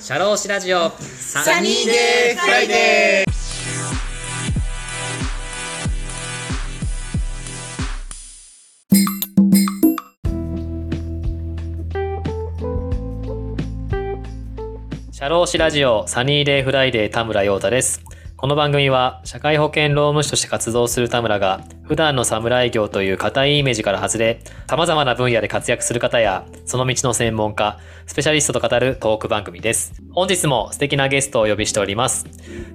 シャローシラジオサニーデーフライデーシャローシラジオサニーデーフライデー田村陽太ですこの番組は社会保険労務士として活動する田村が普段の侍業という固いイメージから外れ様々な分野で活躍する方やその道の専門家スペシャリストと語るトーク番組です。本日も素敵なゲストをお呼びしております。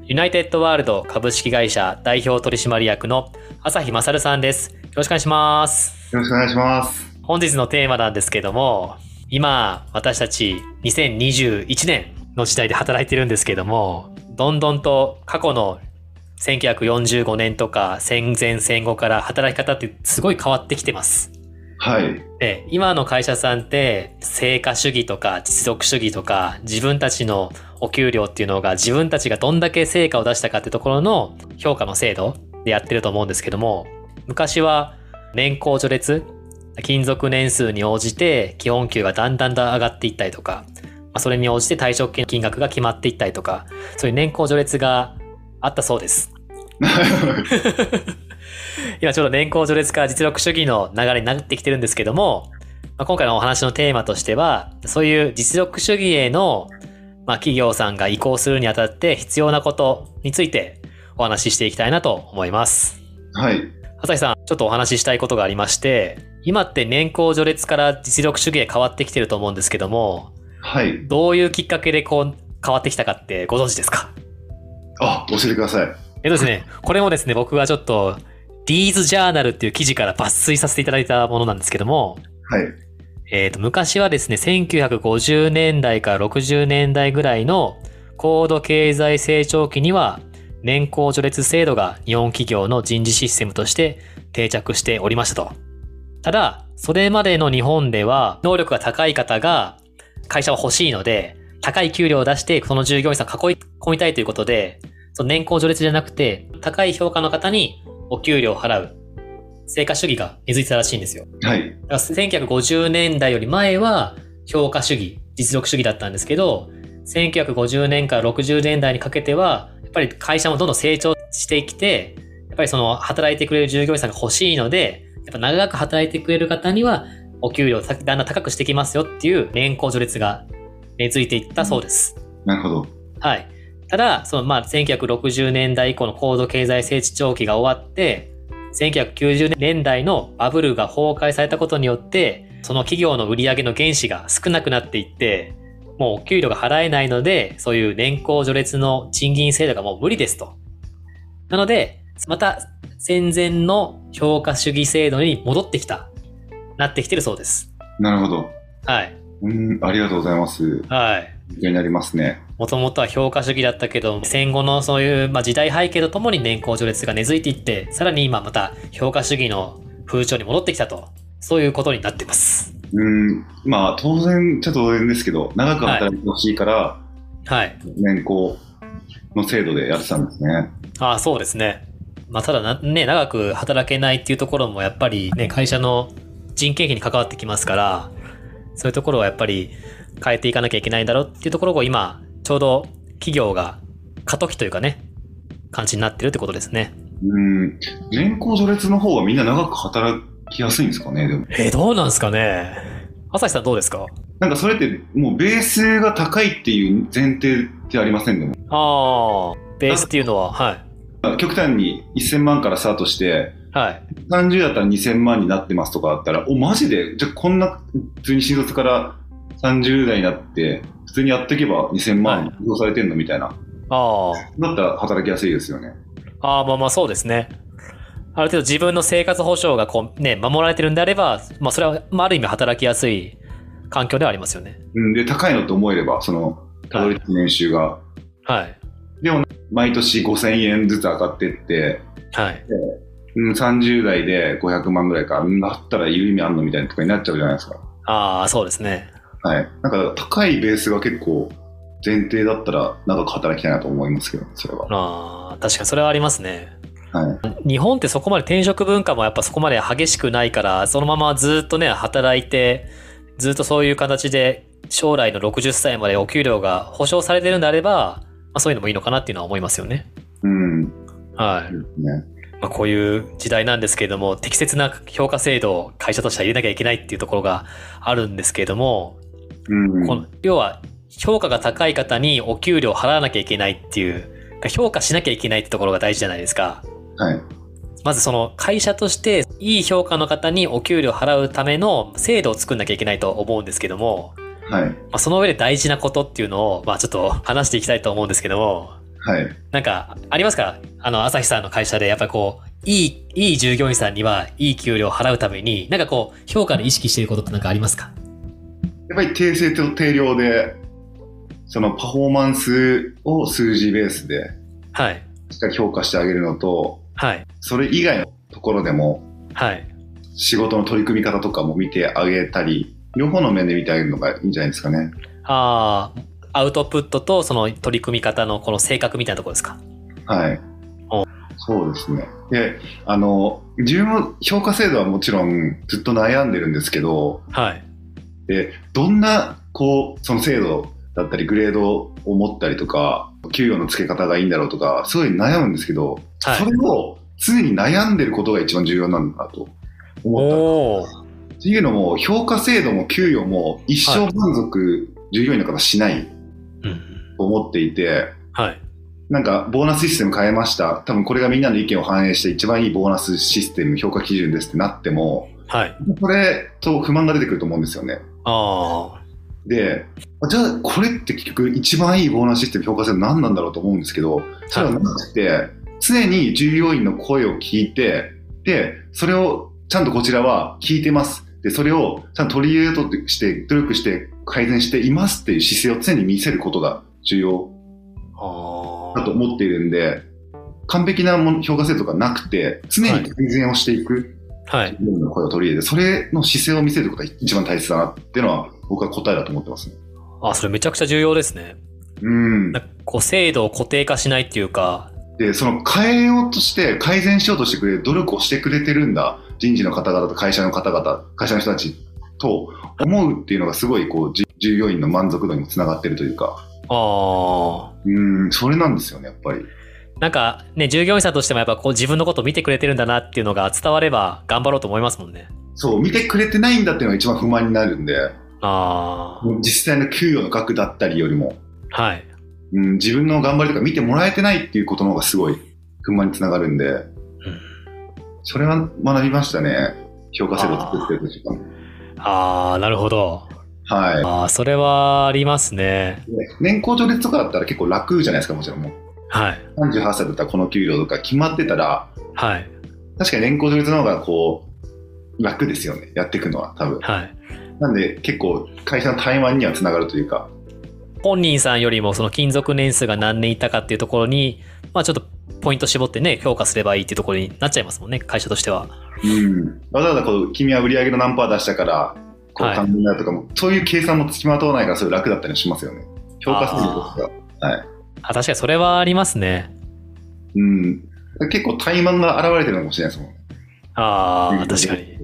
ユナイテッドワールド株式会社代表取締役の朝日勝さんです。よろしくお願いします。よろしくお願いします。本日のテーマなんですけども、今私たち2021年の時代で働いてるんですけども、どんどんと過去の1945年とか戦前戦後から働き方ってすごい変わってきてます。はい。 で今の会社さんって成果主義とか実力主義とか自分たちのお給料っていうのが自分たちがどんだけ成果を出したかってところの評価の制度でやってると思うんですけども昔は年功序列勤続年数に応じて基本給がだんだんだん上がっていったりとか、まあ、それに応じて退職金の金額が決まっていったりとかそういう年功序列があったそうです。今ちょうど年功序列から実力主義の流れになってきてるんですけども、まあ、今回のお話のテーマとしてはそういう実力主義への、まあ、企業さんが移行するにあたって必要なことについてお話ししていきたいなと思いますはい。朝日さんちょっとお話ししたいことがありまして今って年功序列から実力主義へ変わってきてると思うんですけどもはい。どういうきっかけでこう変わってきたかってご存知ですかあ、教えてください。えっとですね、これもですね、僕がちょっと、ディーズジャーナルっていう記事から抜粋させていただいたものなんですけども、はい。えっ、と、昔はですね、1950年代から60年代ぐらいの高度経済成長期には、年功序列制度が日本企業の人事システムとして定着しておりましたと。ただ、それまでの日本では、能力が高い方が会社は欲しいので、高い給料を出して、その従業員さんを囲い込みたいということで、その年功序列じゃなくて、高い評価の方にお給料を払う、成果主義が根付いてたらしいんですよ。はい。だから1950年代より前は評価主義実力主義だったんですけど1950年から60年代にかけてはやっぱり会社もどんどん成長してきてやっぱりその働いてくれる従業員さんが欲しいのでやっぱ長く働いてくれる方にはお給料をだんだん高くしてきますよっていう年功序列が根付いていったそうです。なるほど。はい。ただ、そのまあ1960年代以降の高度経済成長期が終わって、1990年代のバブルが崩壊されたことによって、その企業の売り上げの原資が少なくなっていって、もうお給料が払えないので、そういう年功序列の賃金制度がもう無理ですと。なので、また戦前の評価主義制度に戻ってきた、なってきてるそうです。なるほど。はい。うーん、ありがとうございます。はい。勉強になりますね。もともとは評価主義だったけど戦後のそういう、まあ、時代背景とともに年功序列が根付いていってさらに今また評価主義の風潮に戻ってきたとそういうことになってますうーん、まあ、当然、ちょっと当然ですけど、長く働いてほしいから、はい年功の制度でやってたんですね。ああそうですねまあただなね長く働けないっていうところもやっぱりね会社の人件費に関わってきますからそういうところはやっぱり変えていかなきゃいけないんだろうっていうところを今ちょうど企業が過渡期というかね感じになってるってことですねうーん、年功序列の方はみんな長く働きやすいんですかね、でも。えーどうなんですかね朝日さんどうですかなんかそれって、もうベースが高いっていう前提ってありませんでも。ああ、ベースっていうのは、はい。極端に1000万からスタートして、はい。 30だったら2000万になってますとかあったら、お、マジでじゃあこんな、普通に新卒から30代になって、普通にやっていけば2000は万いに利用されてんのみたいな。あだったら働きやすいですよね。あ、ああ、まあまあそうですね。ある程度自分の生活保障がこう、ね、守られてるんであれば、まあそれは、まあある意味働きやすい環境ではありますよね。うん、で、高いのと思えれば、その、たどり着く年収が、はい。毎年5000円ずつ上がってって、はい。うん、30代で500万ぐらいか、うん、だったらいる意味あんのみたいなとかになっちゃうじゃないですか。ああ、そうですね。はい。なんか、高いベースが結構、前提だったら長く働きたいなと思いますけど、それは。ああ、確かにそれはありますね。はい。日本ってそこまで転職文化もやっぱそこまで激しくないからそのままずっとね働いてずっとそういう形で将来の60歳までお給料が保証されてるんであれば、まあ、そういうのもいいのかなっていうのは思いますよね。うん。ね。はい。まあ、こういう時代なんですけれども、適切な評価制度を会社としては入れなきゃいけないっていうところがあるんですけれども、うん。この要は評価が高い方にお給料を払わなきゃいけないっていう、評価しなきゃいけないってところが大事じゃないですか。はい。まずその会社としていい評価の方にお給料を払うための制度を作んなきゃいけないと思うんですけども、はい。まあ、その上で大事なことっていうのを、まあ、ちょっと話していきたいと思うんですけども、はい。なんか、ありますかあの、朝日さんの会社で、やっぱりこう、いい、いい従業員さんには、いい給料を払うために、なんかこう、評価で意識していることってなんかありますかやっぱり訂正と定量で、そのパフォーマンスを数字ベースではい。しっかり評価してあげるのと、はい。それ以外のところでもはい。仕事の取り組み方とかも見てあげたり、両方の面で見てあげるのがいいんじゃないですかね。あーアウトプットと、その取り組み方のこの性格みたいなところですかはいお。そうですね。で、あの、自分も評価制度はもちろんずっと悩んでるんですけど、はい。で、どんな、こう、その制度だったり、グレードを持ったりとか、給与の付け方がいいんだろうとか、すごい悩むんですけど、はい。それを常に悩んでることが一番重要なんだなと思った。おーっていうのも、評価制度も給与も一生満足、従業員の方しないうん。と思っていて、はい。なんか、ボーナスシステム変えました。多分これがみんなの意見を反映して一番いいボーナスシステム、評価基準ですってなっても、はい。これと不満が出てくると思うんですよね。あで、じゃあこれって結局一番いいボーナスシステム評価制度何なんだろうと思うんですけど、それはなくて、常に従業員の声を聞いて、で、それをちゃんとこちらは聞いてます。で、それをちゃんと取り入れようとして、努力して改善していますっていう姿勢を常に見せることが重要あ。あだと思っているんで、完璧なもの評価制度がなくて、常に改善をしていく、あ。はい。従業員の声を取り入れて、それの姿勢を見せることが一番大切だなっていうのは、僕は答えだと思ってますね。あ、それめちゃくちゃ重要ですね。うんなん。かこう、制度を固定化しないっていうか、で、その変えようとして、改善しようとしてくれる、努力をしてくれてるんだ、人事の方々と会社の方々、会社の人たちと思うっていうのがすごい、こう、じ従業員の満足度にもつながってるというか、ああ。うん、それなんですよね、やっぱり。なんかね、従業員さんとしてもやっぱこう自分のこと見てくれてるんだなっていうのが伝われば頑張ろうと思いますもんね。そう、見てくれてないんだっていうのが一番不満になるんで、あもう実際の給与の額だったりよりも、あ。はい。うん、自分の頑張りとか見てもらえてないっていうことの方がすごい不満につながるんで、それは学びましたね、評価制度作ってる時間。ああ、なるほど。はい。ああ、それはありますね。で年功序列とかだったら結構楽じゃないですか、もちろんもう。はい。 38歳だったらこの給料とか決まってたら、はい。確かに年功序列の方がこう、楽ですよね、やっていくのは、多分。はい。なんで結構会社の怠慢にはつながるというか、本人さんよりもその勤続年数が何年いたかっていうところに、まあちょっとポイント絞ってね、評価すればいいっていうところになっちゃいますもんね、会社としては。うん、わざわざこう君は売り上げの何パー出したから、こうはい単純になるとかも、そういう計算もつきまとわないから、それ楽だったりしますよね。評価するとか。はい。あ、確かにそれはありますね。うん。結構怠慢が現れてるのかもしれないですもん。あうあ、ん確かに。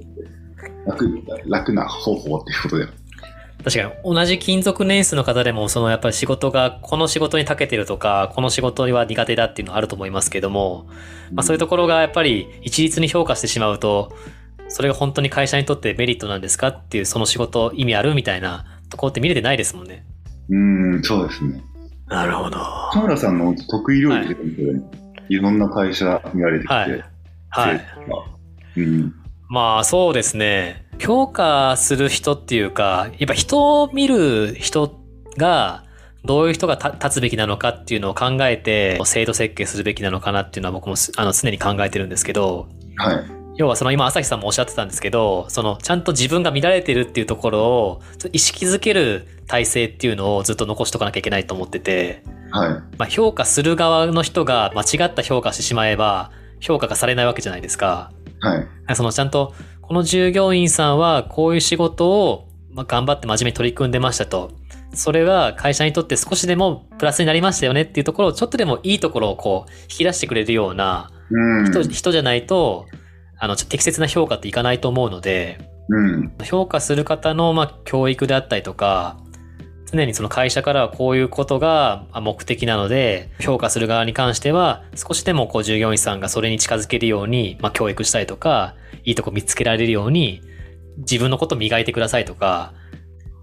楽、楽な方法っていうことで。確かに同じ勤続年数の方でもそのやっぱり仕事がこの仕事に長けてるとかこの仕事は苦手だっていうのはあると思いますけども、まあ、そういうところがやっぱり一律に評価してしまうとそれが本当に会社にとってメリットなんですかっていうその仕事意味あるみたいなところって見れてないですもんね。うん、そうですね。なるほど。は田村さんの得意料理ってことで、い、ろんな会社見られてきて、い。はい。うん、まあそうですね。評価する人っていうか、やっぱ人を見る人が、どういう人がた立つべきなのかっていうのを考えて、制度設計するべきなのかなっていうのは僕もすあの常に考えてるんですけど、はい、要はその今朝日さんもおっしゃってたんですけど、そのちゃんと自分が見られてるっていうところをちょっと意識づける体制っていうのをずっと残しとかなきゃいけないと思ってて、はまあ、評価する側の人が間違った評価してしまえば、評価がされないわけじゃないですか。い、はい、そのちゃんとこの従業員さんはこういう仕事をまあ頑張って真面目に取り組んでましたと。それが会社にとって少しでもプラスになりましたよねっていうところをちょっとでもいいところをこう引き出してくれるようなうん、人,、人じゃないとあのちょ適切な評価っていかないと思うのでうん、評価する方のまあ教育であったりとか常にその会社からはこういうことがあ目的なので、評価する側に関しては、少しでもこう従業員さんがそれに近づけるように、まあ、教育したりとか、いいとこ見つけられるように、自分のこと磨いてくださいとか、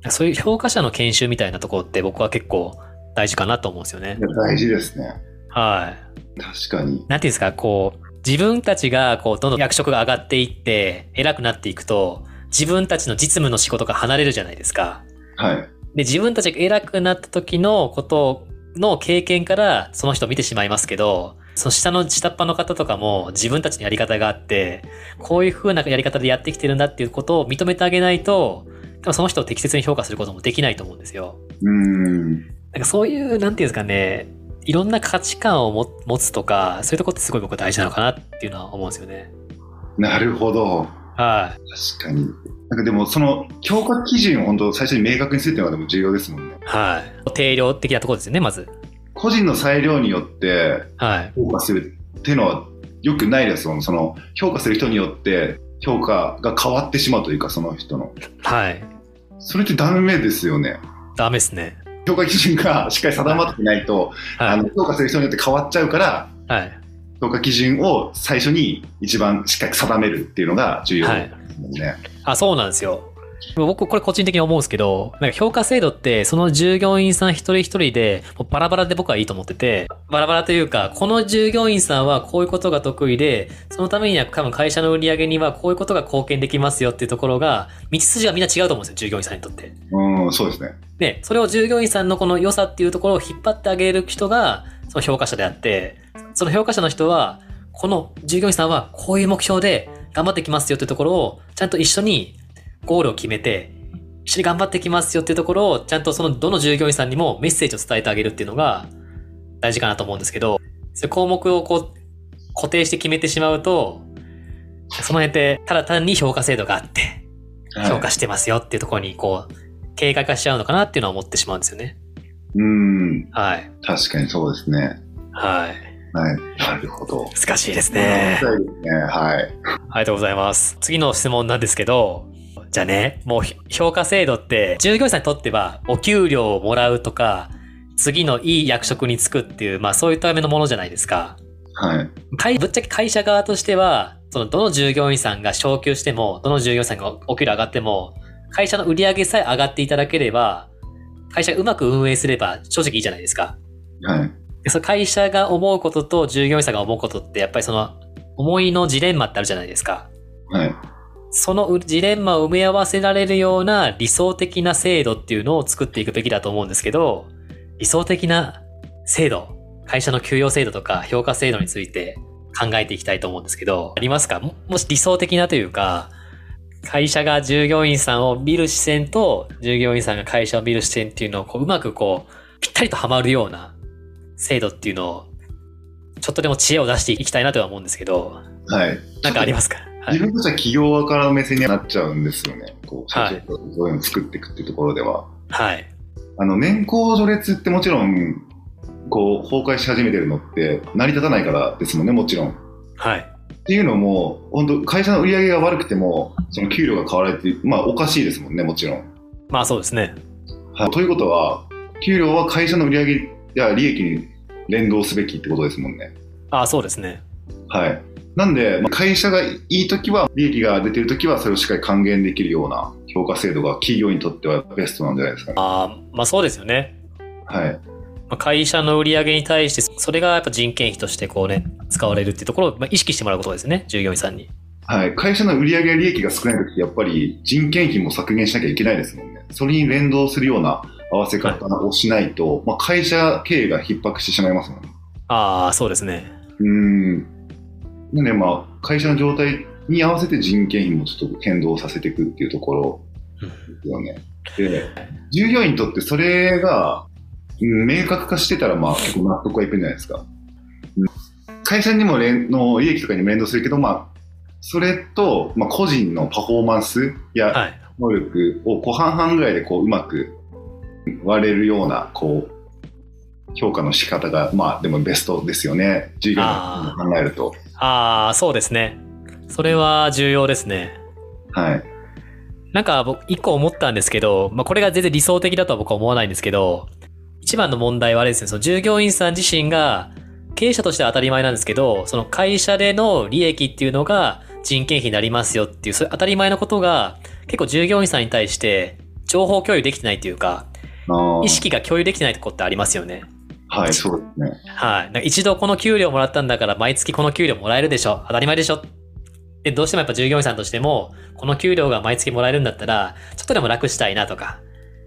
そういう評価者の研修みたいなところって僕は結構大事かなと思うんですよねい。や大事ですね。はい。確かに。なんていうんですか、こう、自分たちが、こう、どんどん役職が上がっていって、偉くなっていくと、自分たちの実務の仕事が離れるじゃないですか。はい。で、自分たちが偉くなった時のことの経験から、その人を見てしまいますけど、その下の下っ端の方とかも自分たちのやり方があって、こういう風なやり方でやってきてるんだっていうことを認めてあげないと、多分その人を適切に評価することもできないと思うんですよ。うーん。なんかそういう、なんていうんですかね、いろんな価値観をも持つとか、そういうとこってすごい僕は大事なのかなっていうのは思うんですよね。なるほど。はい。確かに。なんかでも、その、評価基準を本当最初に明確にするっていうのがでも重要ですもんね。はい。定量的なところですよね、まず。個人の裁量によってはい。評価するっていうのは良くないですもん。その、評価する人によって評価が変わってしまうというか、その人の。はい。それってダメですよね。ダメですね。評価基準がしっかり定まってないと、あはの評価する人によって変わっちゃうから、い。はい。評価基準を最初に一番しっかり定めるっていうのが重要ですもんね。あ、そうなんですよ。僕、これ個人的に思うんですけど、なんか評価制度って、その従業員さん一人一人で、もうバラバラで僕はいいと思ってて、バラバラというか、この従業員さんはこういうことが得意で、そのためには多分会社の売り上げにはこういうことが貢献できますよっていうところが、道筋がみんな違うと思うんですよ、従業員さんにとって。うん、そうですね。で、それを従業員さんのこの良さっていうところを引っ張ってあげる人が、その評価者であって、その評価者の人は、この従業員さんはこういう目標で頑張ってきますよっていうところを、ちゃんと一緒にゴールを決めて、一緒に頑張ってきますよっていうところを、ちゃんとそのどの従業員さんにもメッセージを伝えてあげるっていうのが大事かなと思うんですけど、そういう項目をこう、固定して決めてしまうと、その辺って、ただ単に評価制度があって、評はい価してますよっていうところにこう警戒化しちゃうのかなっていうのは思ってしまうんですよね。うん、はい。確かにそうですね。はい。はい、なるほど。難しいですねね。はい。ありがとうございます。次の質問なんですけど、じゃあね、もうひ評価制度って従業員さんにとってはお給料をもらうとか、次のいい役職に就くっていう、まあそういうためのものじゃないですか。はい。会ぶっちゃけ会社側としては、そのどの従業員さんが昇給しても、どの従業員さんがお給料上がっても、会社の売り上げさえ上がっていただければ、会社がうまく運営すれば正直いいじゃないですか。はい。でその会社が思うことと従業員さんが思うことって、やっぱりその思いのジレンマってあるじゃないですか。はい。そのジレンマを埋め合わせられるような理想的な制度っていうのを作っていくべきだと思うんですけど、理想的な制度、会社の給与制度とか評価制度について考えていきたいと思うんですけど、ありますかももし理想的なというか、会社が従業員さんを見る視線と従業員さんが会社を見る視線っていうのをこううまくこうぴったりとはまるような制度っていうのをちょっとでも知恵を出していきたいなとは思うんですけど、はい。なんかありますか、はい自分としては企業側からの目線になっちゃうんですよね。こう、社はい長とそういうのを作っていくっていうところでは。はい。あの、年功序列ってもちろん、こう、崩壊し始めてるのって成り立たないからですもんね、もちろん。はい。っていうのも、本当会社の売り上げが悪くても、その給料が変わられて、まあ、おかしいですもんね、もちろん。まあそうですね。はい、ということは、給料は会社の売り上げや利益に連動すべきってことですもんね。ああ、そうですね。はい。なんで、まあ会社がいいときは、利益が出てるときは、それをしっかり還元できるような評価制度が企業にとってはベストなんじゃないですかね。ああ、まあそうですよね。はい。まあ会社の売り上げに対して、それがやっぱ人件費としてこうね、使われるっていうところをまあ意識してもらうことですね、従業員さんに。はい。会社の売り上げや利益が少ないときって、やっぱり人件費も削減しなきゃいけないですもんね。それに連動するような合わせ方をしないと、まあ、会社経営が逼迫してしまいますもんね。ああ、そうですね。うーん。なんでまあ、会社の状態に合わせて人件費もちょっと変動させていくっていうところですよね。で、従業員にとってそれが、うん明確化してたら、まあ結構納得はいくんじゃないですか。うん会社にも連の利益とかにも連動するけど、まあ、それと、まあ、個人のパフォーマンスやはい。能力をこう半々ぐらいでこううまく割れるようなこう評価の仕方がまあでもベストですよね従業員あ考えると。ああ、そうですね。それは重要ですね。はい。なんか僕、一個思ったんですけど、まあ、これが全然理想的だとは僕は思わないんですけど、一番の問題はあれですね、その従業員さん自身が、経営者としては当たり前なんですけど、その会社での利益っていうのが人件費になりますよっていう、そういう当たり前のことが、結構従業員さんに対して情報共有できてないというか、あー意識が共有できてないとこってありますよね。はい、そうですね。はい。なんか一度この給料もらったんだから、毎月この給料もらえるでしょ。当たり前でしょ。で、どうしてもやっぱ従業員さんとしても、この給料が毎月もらえるんだったら、ちょっとでも楽したいなとか、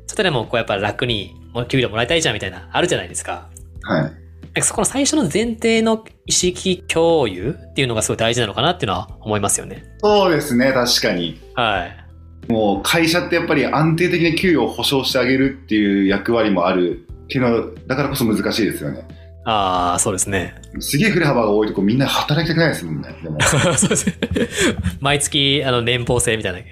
ちょっとでもこうやっぱ楽に、もう給料もらいたいじゃんみたいな、あるじゃないですか。はい。なんかそこの最初の前提の意識共有っていうのがすごい大事なのかなっていうのは思いますよね。そうですね、確かに。はい。もう会社ってやっぱり安定的な給与を保証してあげるっていう役割もあるけど、だからこそ難しいですよね。ああ、そうですね。すげえ振れ幅が多いとこみんな働きたくないですもんね。でも そうですね。毎月、あの、年俸制みたい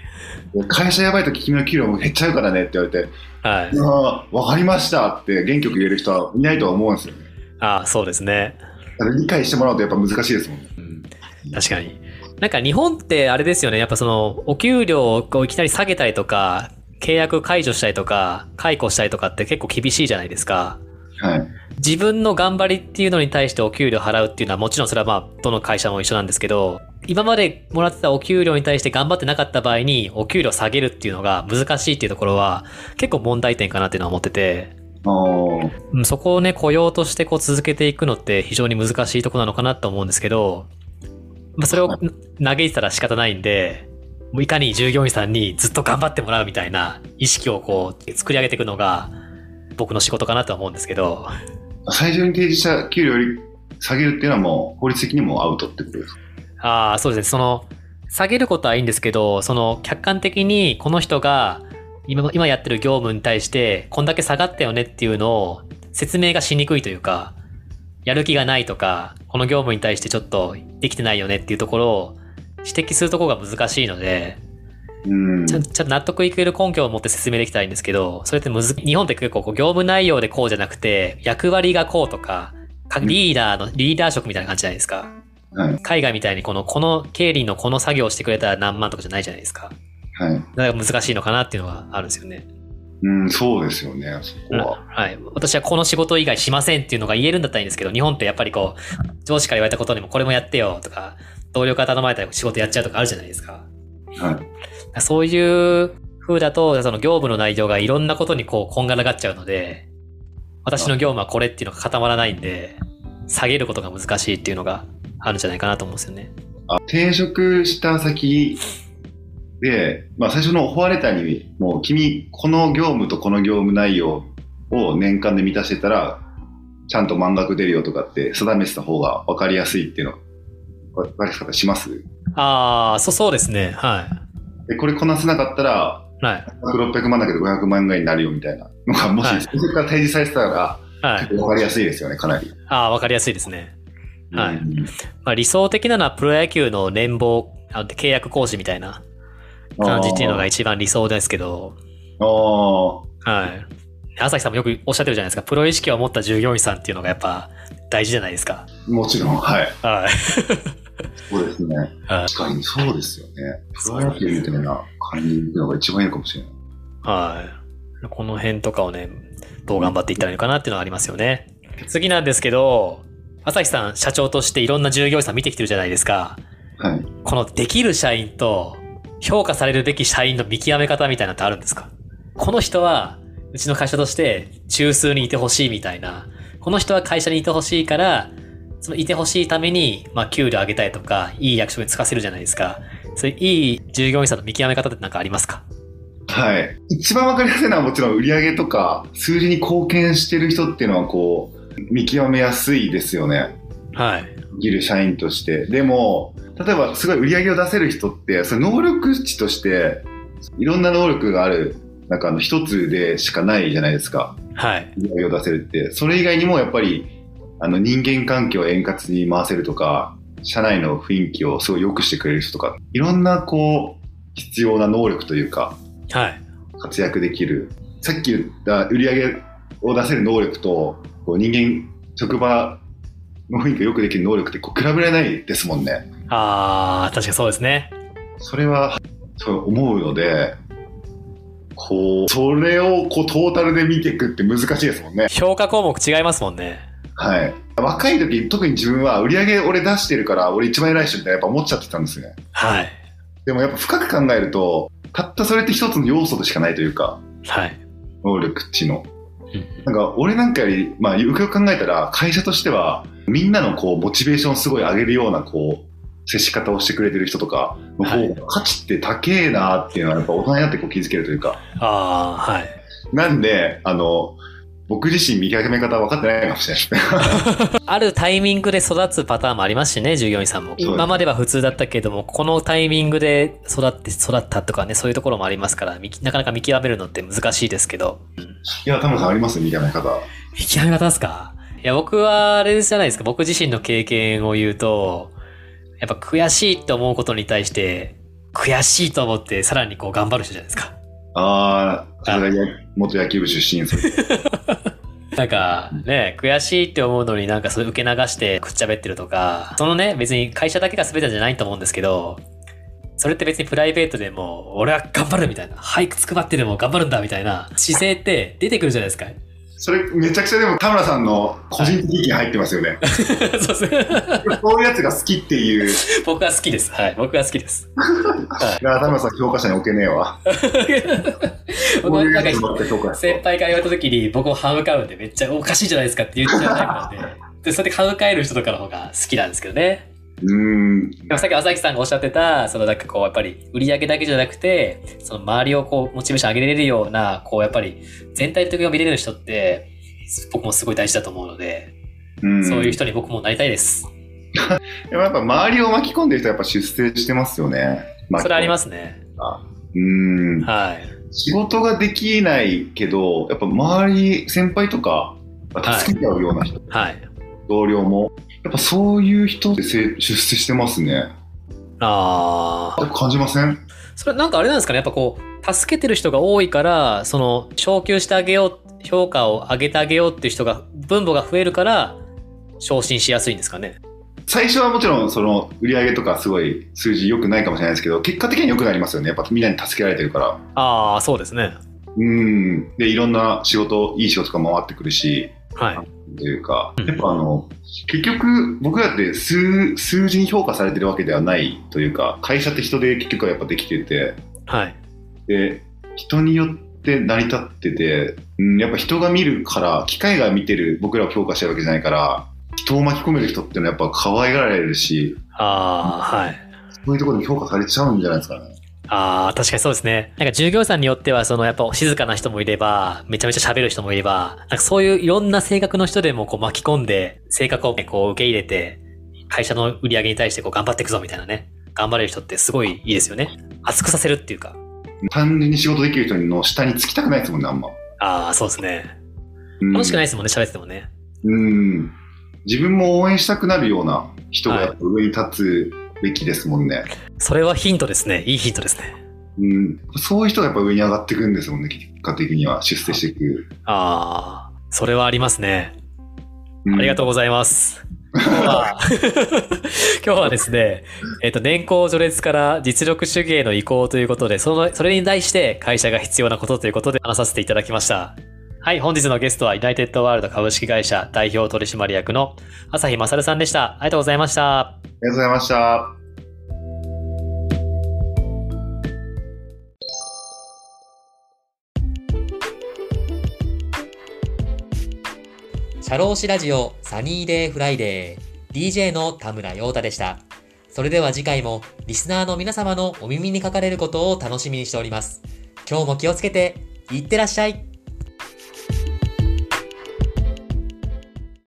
会社やばいと君の給料も減っちゃうからねって言われて、な。はいい。やーわかりましたって元気よく言える人はいないとは思うんですよね。ああ、そうですね。だから理解してもらうとやっぱ難しいですもんね。うん確かに。なんか日本ってあれですよね。やっぱその、お給料をこういきなり下げたりとか、契約解除したりとか、解雇したりとかって結構厳しいじゃないですか。はい。自分の頑張りっていうのに対してお給料払うっていうのはもちろんそれはまあ、どの会社も一緒なんですけど、今までもらってたお給料に対して頑張ってなかった場合に、お給料下げるっていうのが難しいっていうところは、結構問題点かなっていうのは思ってて、あーうんそこをね、雇用としてこう続けていくのって非常に難しいとこなのかなと思うんですけど、まあ、それをは嘆いてたら仕方ないんで、もういかに従業員さんにずっと頑張ってもらうみたいな意識をこう作り上げていくのが僕の仕事かなとは思うんですけど、最初に提示した給料より下げるっていうのはもう法律的にもアウトってことですかああ、そうですね。その、下げることはいいんですけど、その客観的にこの人が今今やってる業務に対してこんだけ下がったよねっていうのを説明がしにくいというか、やる気がないとか、この業務に対してちょっとできてないよねっていうところを指摘するところが難しいので、うん。ちゃんちゃんと納得いける根拠を持って説明できたらいいんですけど、それってむず、日本って結構こう業務内容でこうじゃなくて、役割がこうとか、かリーダーの、リーダー職みたいな感じじゃないですか。はい。海外みたいにこの、この経理のこの作業をしてくれたら何万とかじゃないじゃないですか。はい。だから難しいのかなっていうのがあるんですよね。うん、そうですよね、そこは。はい。私はこの仕事以外しませんっていうのが言えるんだったらいいんですけど、日本ってやっぱりこう、上司から言われたことにもこれもやってよとか、同僚から頼まれたら仕事やっちゃうとかあるじゃないですか。はい。そういう風だと、その業務の内容がいろんなことにこう、こんがらがっちゃうので、私の業務はこれっていうのが固まらないんで、下げることが難しいっていうのがあるんじゃないかなと思うんですよね。あ転職した先で、まあ、最初のオファーレターに、もう君、この業務とこの業務内容を年間で満たしてたら、ちゃんと満額出るよとかって定めてた方が分かりやすいっていうの、分かりやすかったりしますああ、そう、そうですね。はで、これこなせなかったら、い。はい。 600万だけど500万ぐらいになるよみたいなのが、もし、はいそれから提示されてたら、はい。分かりやすいですよね、かなり。ああ、わかりやすいですね。はいうんまあ、理想的なのはプロ野球の年俸、あ契約講師みたいな感じっていうのが一番理想ですけど、あーはい。朝日さんもよくおっしゃってるじゃないですか。プロ意識を持った従業員さんっていうのがやっぱ大事じゃないですか。もちろん、はい。はい。そうですね。はい確かにそうですよね。プそうロ野球みたいな感じのが一番いいのかもしれない。はい。この辺とかをね、どう頑張っていったらいいのかなっていうのはありますよね。次なんですけど、朝日さん社長としていろんな従業員さん見てきてるじゃないですか。はい。このできる社員と評価されるべき社員の見極め方みたいなのってあるんですかこの人はうちの会社として中枢にいてほしいみたいな。この人は会社にいてほしいから、そのいてほしいために、まあ、給料上げたいとか、いい役職に就かせるじゃないですか。そういういい従業員さんの見極め方って何かありますかはい。一番わかりやすいのはもちろん売り上げとか数字に貢献してる人っていうのはこう、見極めやすいですよね。はい。いる社員として。でも、例えばすごい売り上げを出せる人って、それ能力値として、いろんな能力がある中の一つでしかないじゃないですか。はい。売り上げを出せるってそれ以外にもやっぱりあの人間関係を円滑に回せるとか社内の雰囲気をすごい良くしてくれる人とかいろんなこう必要な能力というかはい。活躍できるさっき言った売り上げを出せる能力とこう人間職場の雰囲気をよくできる能力ってこう比べられないですもんねあー、確かにそうですね。それはそう思うのでこう、それをこうトータルで見ていくって難しいですもんね。評価項目違いますもんね。はい。若い時、特に自分は売り上げ俺出してるから、俺一番偉い人みたいなやっぱ思っちゃってたんですね。はい。でもやっぱ深く考えると、たったそれって一つの要素でしかないというか、はい。能力値の。うんなんか俺なんかより、まあよくよく考えたら、会社としては、みんなのこう、モチベーションをすごい上げるような、こう、接し方をしてくれてる人とかのは方いが価値って高えなっていうのはやっぱ大人になってこう気づけるというか。ああ、はい。なんで、あの、僕自身見極め方分かってないかもしれないですね。あるタイミングで育つパターンもありますしね、従業員さんも。す今までは普通だったけれども、このタイミングで育って育ったとかね、そういうところもありますから、みきなかなか見極めるのって難しいですけど。いや、田村さんあります見極め方。見極め方ですかいや、僕はあれじゃないですか。僕自身の経験を言うと、やっぱ悔しいと思うことに対して、悔しいと思ってさらにこう頑張る人じゃないですか。ああ、それがや元野球部出身です。なんかね、悔しいって思うのになんかそれ受け流してくっちゃべってるとか、そのね、別に会社だけが全てじゃないと思うんですけど、それって別にプライベートでも、俺は頑張るみたいな、俳句つくばってでも頑張るんだみたいな姿勢って出てくるじゃないですか。 それめちゃくちゃでも田村さんの個人的意見入ってますよ ね。そうですね。そういうやつが好きっていう、い僕は好きです。はい。僕は好きです。や田村さん評価者に置けね えわ。僕こはういうなやつんばかっかり評価して先輩から言われた時に僕も歯向かうんでめっちゃおかしいじゃないですかって言っちゃうタイプなんで、でそれで歯向かえる人とかの方が好きなんですけどね。うーん。でもさっき朝木さんがおっしゃってた、そのなんかこうやっぱり売り上げだけじゃなくて、その周りをこうモチベーション上げれるような、こうやっぱり全体的に見れる人って、僕もすごい大事だと思うので、うん、そういう人に僕もなりたいです。でもやっぱ周りを巻き込んでる人はやっぱ出世してますよね。。それありますすね。うーん。はい。仕事ができないけど、やっぱ周り、先輩とか、助けて合うような人、はい。同僚も、やっぱそういう人でせ出世してますね。ああ。感じませんそれなんかあれなんですかね、やっぱこう、助けてる人が多いから、その、昇給してあげよう、評価を上げてあげようっていう人が、分母が増えるから、昇進しやすいんですかね。最初はもちろんその売り上げとかすごい数字良くないかもしれないですけど結果的には良くなりますよねやっぱみんなに助けられてるからああ、そうですね。うんでいろんな仕事いい仕事が回ってくるしはい。というかうんやっぱあの結局僕らって数数字に評価されてるわけではないというか会社って人で結局はやっぱできててはい。で人によって成り立ってて、うん、やっぱ人が見るから機械が見てる僕らを評価してるわけじゃないから人を巻き込める人ってのはやっぱ可愛がられるしああ、はい。そういうところで評価されちゃうんじゃないですかねああ、確かにそうですね。なんか従業員さんによっては、そのやっぱ静かな人もいれば、めちゃめちゃ喋る人もいれば、なんかそういういろんな性格の人でもこう巻き込んで、性格をねこう受け入れて、会社の売り上げに対してこう頑張っていくぞみたいなね。頑張れる人ってすごいいいですよね。熱くさせるっていうか。単純に仕事できる人の下につきたくないですもんね、あんま。ああ、そうですね。うん楽しくないですもんね、喋っててもね。うん。自分も応援したくなるような人がはいやっぱ上に立つべきですもんね。それはヒントですね。いいヒントですね。うん。そういう人がやっぱ上に上がっていくんですもんね、結果的には。出世していく。ああ、それはありますね。ありがとううございます。 今日は今日はですね、えっ、と、年功序列から実力主義への移行ということで、その、それに対して会社が必要なことということで話させていただきました。はい、本日のゲストは、ユナイテッドワールド株式会社代表取締役の朝日勝さんでした。ありがとうございました。ん。ありがとうございました。シャローシラジオサニーデイフライデー DJ の田村陽太でした。それでは次回もリスナーの皆様のお耳にかかれることを楽しみにしております。今日も気をつけていってらっしゃい